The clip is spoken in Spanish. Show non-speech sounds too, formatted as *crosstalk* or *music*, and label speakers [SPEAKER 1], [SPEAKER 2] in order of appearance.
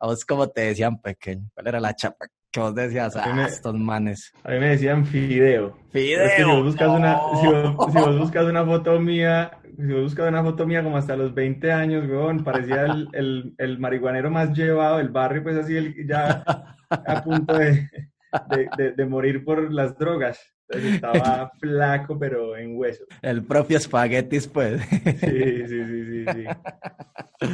[SPEAKER 1] A vos, como te decían pequeño, ¿cuál era la chapa que vos decías?
[SPEAKER 2] A mí
[SPEAKER 1] Ah,
[SPEAKER 2] me-
[SPEAKER 1] estos manes.
[SPEAKER 2] A mí me decían Fideo. Pero Es que si
[SPEAKER 1] Fideo.
[SPEAKER 2] vos buscas una,
[SPEAKER 1] no.
[SPEAKER 2] si vos, si vos buscas una foto mía, si vos buscas una foto mía como hasta los 20 años, weón, parecía el, el, el marihuanero más llevado del barrio, pues así el, ya a punto de, de, de- de morir por las drogas. Entonces estaba flaco, pero en hueso.
[SPEAKER 1] El propio espaguetis, pues. *laughs*
[SPEAKER 2] Sí, sí, sí, sí, sí.